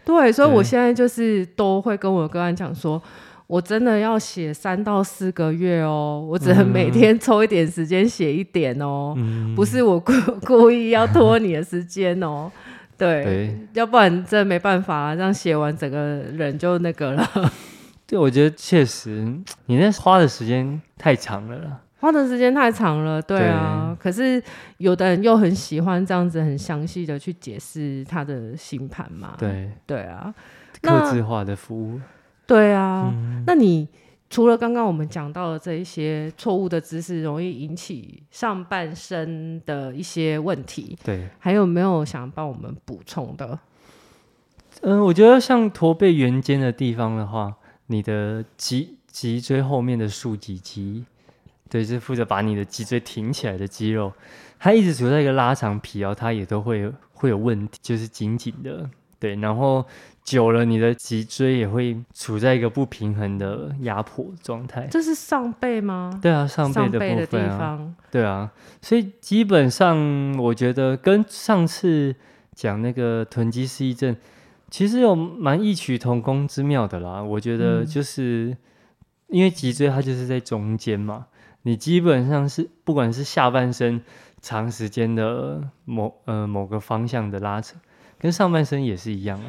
对，所以我
对
现在就是都会跟我个案讲说，我真的要写三到四个月哦，我只能每天抽一点时间写一点哦，
嗯，
不是我故故意要拖你的时间
[LAUGHS]
哦。对，
对
要不然真的没办法、啊，这样写完整个人就那个
[LAUGHS]
了，
对，我觉得确实你那花的时间太长了啦。
花的时间太长了。对啊，可是有的人又很喜欢这样子，很详细的去解释他的星盘嘛。
对，
对啊，那
客制化的服务，
对啊，
嗯
那你除了刚刚我们讲到的这一些错误的知识，容易引起上半身的一些问题，
对，
还有没有想帮我们补充的？
嗯、我觉得像驼背圆肩的地方的话，你的脊脊椎后面的竖脊肌对，是负责把你的脊椎挺起来的肌肉，它一直处在一个拉长疲劳，它也都会会有问题，就是紧紧的。对，然后久了，你的脊椎也会处在一个不平衡的压迫状态。
这是上背吗？
对啊，上背
上
的
背
部
的
分
地
啊，
方，
对啊，所以基本上我觉得跟上次讲那个囤积失忆症，其实有蛮异曲同工之妙的啦。我觉得
嗯
就是、因为脊椎它就是在中间嘛，你基本上是不管是下半身长时间的某呃某个方向的拉扯，跟上半身也是一样啊。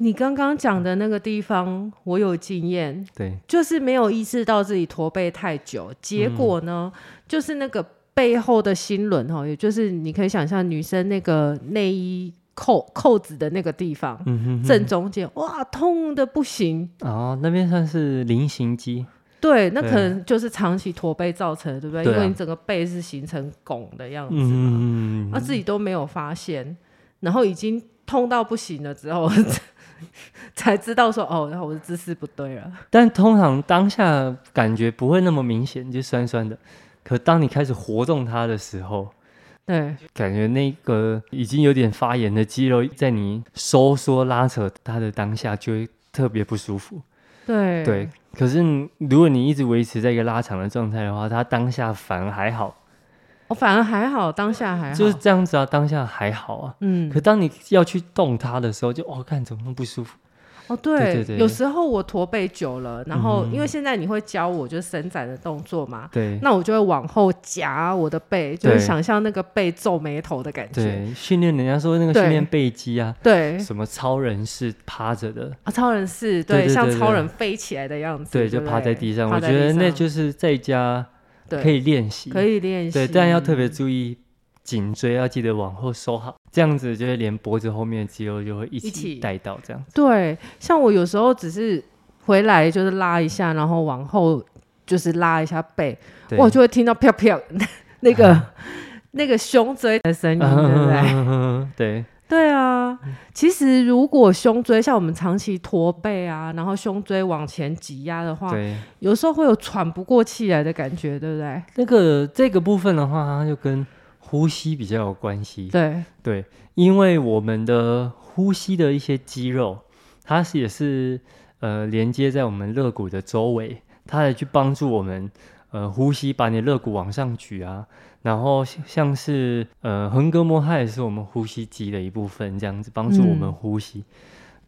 你刚刚讲的那个地方，我有经验，
对，
就是没有意识到自己驼背太久，结果呢，
嗯
就是那个背后的心轮哦哈，也就是你可以想象女生那个内衣扣扣子的那个地方。
嗯哼哼
正中间，哇，痛的不行。
哦，那边算是菱形肌，
对，那
对
可能就是长期驼背造成的，对不对？
对啊
因为你整个背是形成拱的样子嘛。
嗯嗯嗯
他自己都没有发现，然后已经痛到不行了之后， [LAUGHS] 才知道说哦，然后我的姿势不对了。
但通常当下感觉不会那么明显，就酸酸的。可当你开始活动它的时候，
对，
感觉那个已经有点发炎的肌肉在你收缩拉扯它的当下，就会特别不舒服。
对，
对，可是你如果你一直维持在一个拉长的状态的话，它当下反而还好，
我哦反而还好，当下还好，
就是这样子啊，当下还好啊。
嗯
可，当你要去动它的时候就，哦，看怎么那么不舒服？
哦，对
对对对
有时候我驼背久了，然后、
嗯
因为现在你会教我就是伸展的动作嘛，
对
那我就会往后夹我的背，就是
对
想象那个背皱眉头的感觉。
对，训练人家说那个
对
训练背肌啊，
对，
什么超人是趴着的，
啊，超人是
对对
像
对
超
对
人飞起来的样子，
对，
对，
就趴在地上。
趴
我
在
觉得
地
那
上
就是在家
对
可以练习，
可以练习，嗯
对，但要特别注意颈椎，要记得往后收好，这样子就会连脖子后面的肌肉就会一
一起
起带到，这样子。
对，像我有时候只是回来就是拉一下，然后往后就是拉一下背，
对，
我就会听到啪啪
[LAUGHS]
那个那个胸椎的声音，对不对？
嗯对
对啊，其实如果胸椎像我们长期驼背啊，然后胸椎往前挤压的话，
对，
有时候会有喘不过气来的感觉，对不对？
那个这个部分的话，它就跟呼吸比较有关系。
对，
对，因为我们的呼吸的一些肌肉，它是也是呃连接在我们肋骨的周围，它来去帮助我们呃呼吸，把你的肋骨往上举啊。然后像像是呃横膈膜，它也是我们呼吸肌的一部分，这样子帮助我们
嗯
呼吸。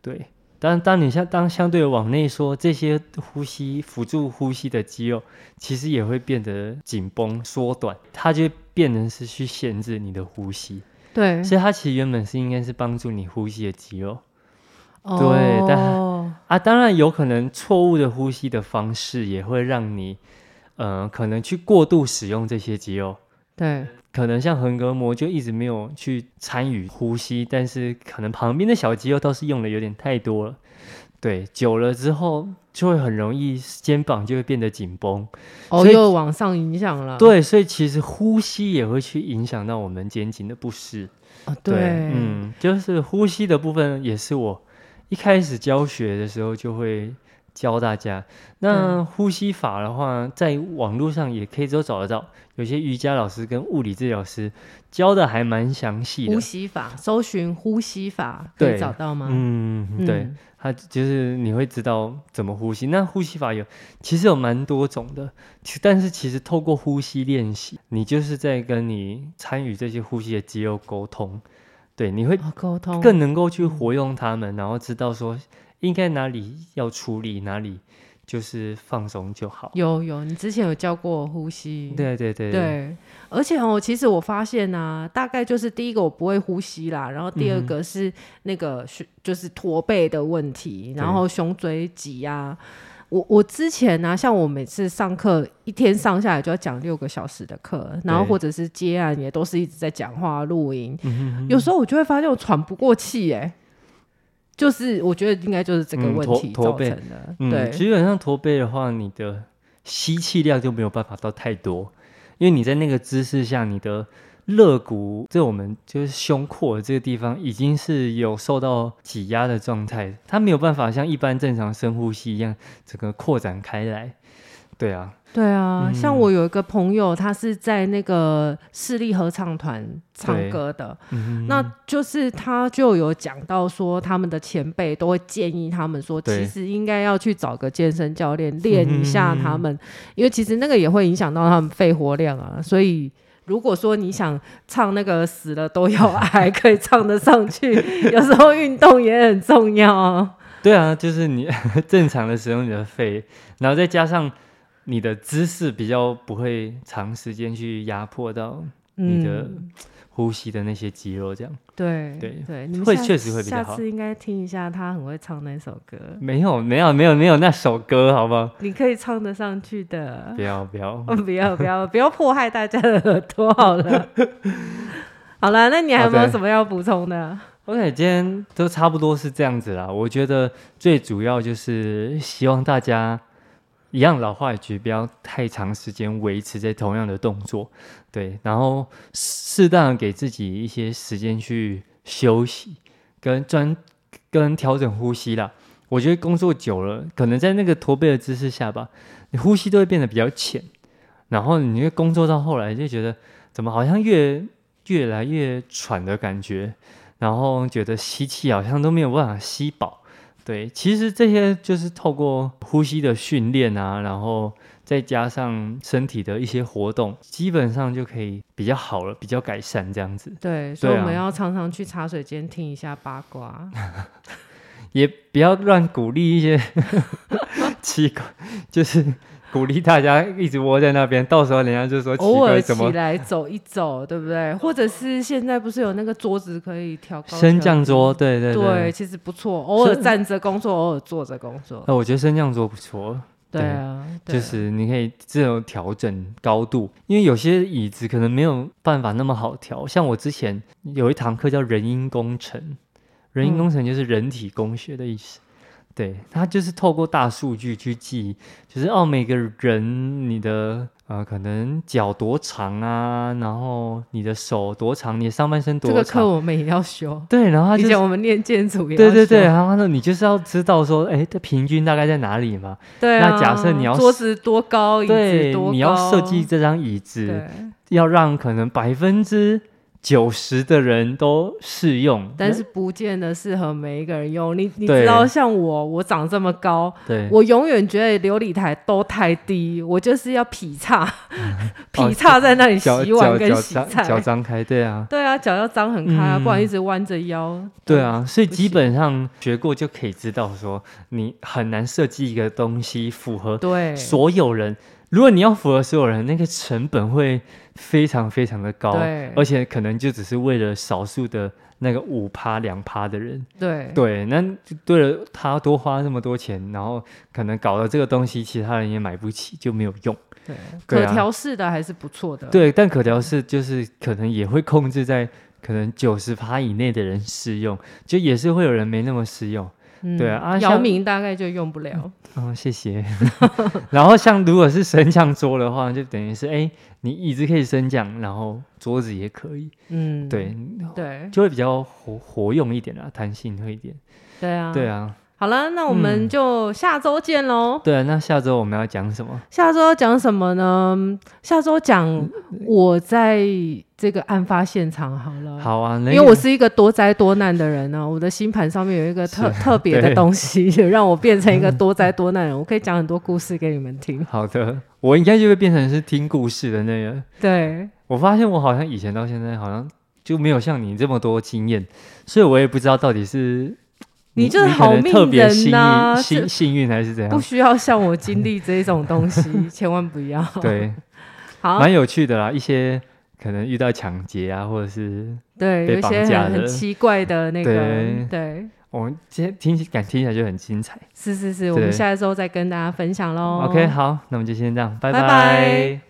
对，当当你相当相对往内说，这些呼吸辅助呼吸的肌肉，其实也会变得紧绷缩短，它就会变成是去限制你的呼吸。
对，
所以它其实原本是应该是帮助你呼吸的肌肉
哦
但啊，当然有可能错误的呼吸的方式也会让你，呃，可能去过度使用这些肌肉，
对，
可能像横膈膜就一直没有去参与呼吸，但是可能旁边的小肌肉倒是用的有点太多了，对，久了之后就会很容易肩膀就会变得紧绷，
哦，
所以
又往上影响了，
对，所以其实呼吸也会去影响到我们肩颈的不适。
哦，
对
对，，
嗯，就是呼吸的部分也是我一开始教学的时候就会教大家。那呼吸法的话，在网络上也可以都找得到，有些瑜伽老师跟物理治疗师教的还蛮详细的
呼。吸法，搜寻呼吸法可以
对
找到吗？
嗯，对，
嗯
它就是你会知道怎么呼吸。那呼吸法有其实有蛮多种的，其但是其实透过呼吸练习，你就是在跟你参与这些呼吸的肌肉沟通，对，你会
哦嗯沟通
更能够去活用它们，然后知道说应该哪里要处理，哪里就是放松就好。
有有，你之前有教过我呼吸，
对对对
对而且哦，其实我发现啊，大概就是第一个我不会呼吸啦，然后第二
嗯哼
个是那个胸就是驼背的问题，然
对
后胸椎挤压、我我之前呢、啊，像我每次上课一天上下来就要讲六个小时的课，然后
对
或者是接案也都是一直在讲话录音，
嗯
有时候我就会发现我喘不过气，哎，就是我觉得应该就是这个
嗯
问
驼
题
驼
造成
背
的，
嗯，
对，
基本上驼背的话，你的吸气量就没有办法到太多，因为你在那个姿势下，你的肋骨，这我们就是胸廓这个地方已经是有受到挤压的状态，它没有办法像一般正常深呼吸一样整个扩展开来。对啊，
对啊，
嗯
像我有一个朋友，他是在那个市立合唱团唱
对
歌的，
嗯哼，
那就是他就有讲到说，他们的前辈都会建议他们说，
对
其实应该要去找个健身教练练一下他
嗯
们，因为其实那个也会影响到他们肺活量啊。所以如果说你想唱那个死了都要爱， [LAUGHS] 可以唱得上去，有时候运动也很重要啊。
对啊，就是你 [LAUGHS] 正常的使用你的肺，然后再加上你的姿势比较不会长时间去压迫到你的
嗯，
呼吸的那些肌肉，这样、
对
对
对，你们
会
下
确实会比较
下
好
次应该听一下，他很会唱那首歌，
没有没有没有没有那首歌，好不好？
你可以唱得上去的
不。要不要，
嗯，不要不要不要迫害大家的耳朵好了。好了，那你还有没
好
有
的啊
什么要补
[LAUGHS]
充的？
OK，今天都差不多是这样子啦。我觉得最主要就是希望大家一样老话一句，不要太长时间维持在同样的动作，对，然后适当地给自己一些时间去休息，跟专跟调整呼吸啦。我觉得工作久了，可能在那个驼背的姿势下吧，你呼吸都会变得比较浅，然后你就工作到后来就觉得怎么好像越越来越喘的感觉，然后觉得吸气好像都没有办法吸饱。对，其实这些就是透过呼吸的训练啊，然后再加上身体的一些活动，基本上就可以比较好了，比较改善这样子。
对，所以我
啊
们要常常去茶水间听一下八卦。
也不要乱鼓励一些 [LAUGHS] 奇怪，就是鼓励大家一直窝在那边，到时候人家就说奇
偶
怪
尔
怎
起
么
来走一走，对不对？或者是现在不是有那个桌子可以调高
升降
调
桌，对对
低？
对。
对，其实不错。偶尔
是
站着工作，偶尔坐着工作。
那我觉得升降桌不错，哦
对
对
啊，对
就
啊
是你可以自由调整高度，因为有些椅子可能没有办法那么好调。像我之前有一堂课叫人因工程，人因
嗯
工程就是人体工学的意思。对，它就是透过大数据去记，就是哦，每个人你的呃可能脚多长啊，然后你的手多长，你的上半身
这
多
个课
长。
我们也要修。
对，然后它
以
啊就
前我们念建筑也要
对对对，
修
然后呢，你就是要知道说，哎，这平均大概在哪里嘛？
对啊。
那假设你要
桌子多高，椅子
对
多高，，
你要设计嗯这张椅子，
对。
要让可能百分之九十的人都适用，
但是不见得适合每一个人用。你你
对
知道，像我，我长这么高，
对，
我永远觉得琉璃台都太低，我就是要劈
[LAUGHS]
叉，
哦
劈叉在那里
脚
洗碗
脚
跟
脚
洗
张脚
菜。
张开，对
[LAUGHS]
啊，
对啊，脚要张很开啊，
嗯
不然一直弯着腰。
对，啊，所以
嗯不
基
行
本上学过就可以知道说，你很难设计一个东西符合
对，
所有人。如果你要符合所有人，那个成本会非常非常的高，
对
而且可能就只是为了少数的那个五趴两趴的人。
对
对，那就对了，他多花那么多钱，然后可能搞了这个东西，其他人也买不起，就没有用。
对，
对
可
啊
调式的还是不错的。
对，但可调是就是可能也会控制在可能九十趴以内的人适用，就也是会有人没那么适用。
嗯
对啊啊
姚
像
明大概就用不了。
嗯，谢 [LAUGHS] 谢。然后像如果是升降桌的话，就等于是哎、你椅子可以升降，然后桌子也可以，
嗯，
对，
对
就会比较活活用一点啦，弹性会一点。
对啊，
对。啊，
好了，那我们
嗯
就下周见喽。
对啊。那下周我们要讲什么？
下周要讲什么呢？下周讲我在这个案发现场好了。
好啊，因
因为我是一个多灾多难的人呢、啊我的星盘上面有一个特特别的
[LAUGHS] 对
东
[LAUGHS]
西，让我变成一个多灾多难人。我可以讲很多故事给你们听。
好的，我应该就会变成是听故事的那个。
对，
我发现我好像以前到现在好像就没有像你这么多经验，所以我也不知道到底是
你就是
可能
好命
特别
人
幸运、
呐这
幸幸运还是怎
不
样？
需要像我经历这种东
[LAUGHS]
西，千万不要。，
对，
好，
蛮有趣的啦，一些可能遇到抢劫啊，或者是
对，有
被
一些
绑架
很很
的
奇怪的那个，
对
对，
我们哦今天听起感听起来就很精彩。
是是是，我们
对
下周再跟大家分享喽。
OK，好，那我们就先这样，拜
哦拜拜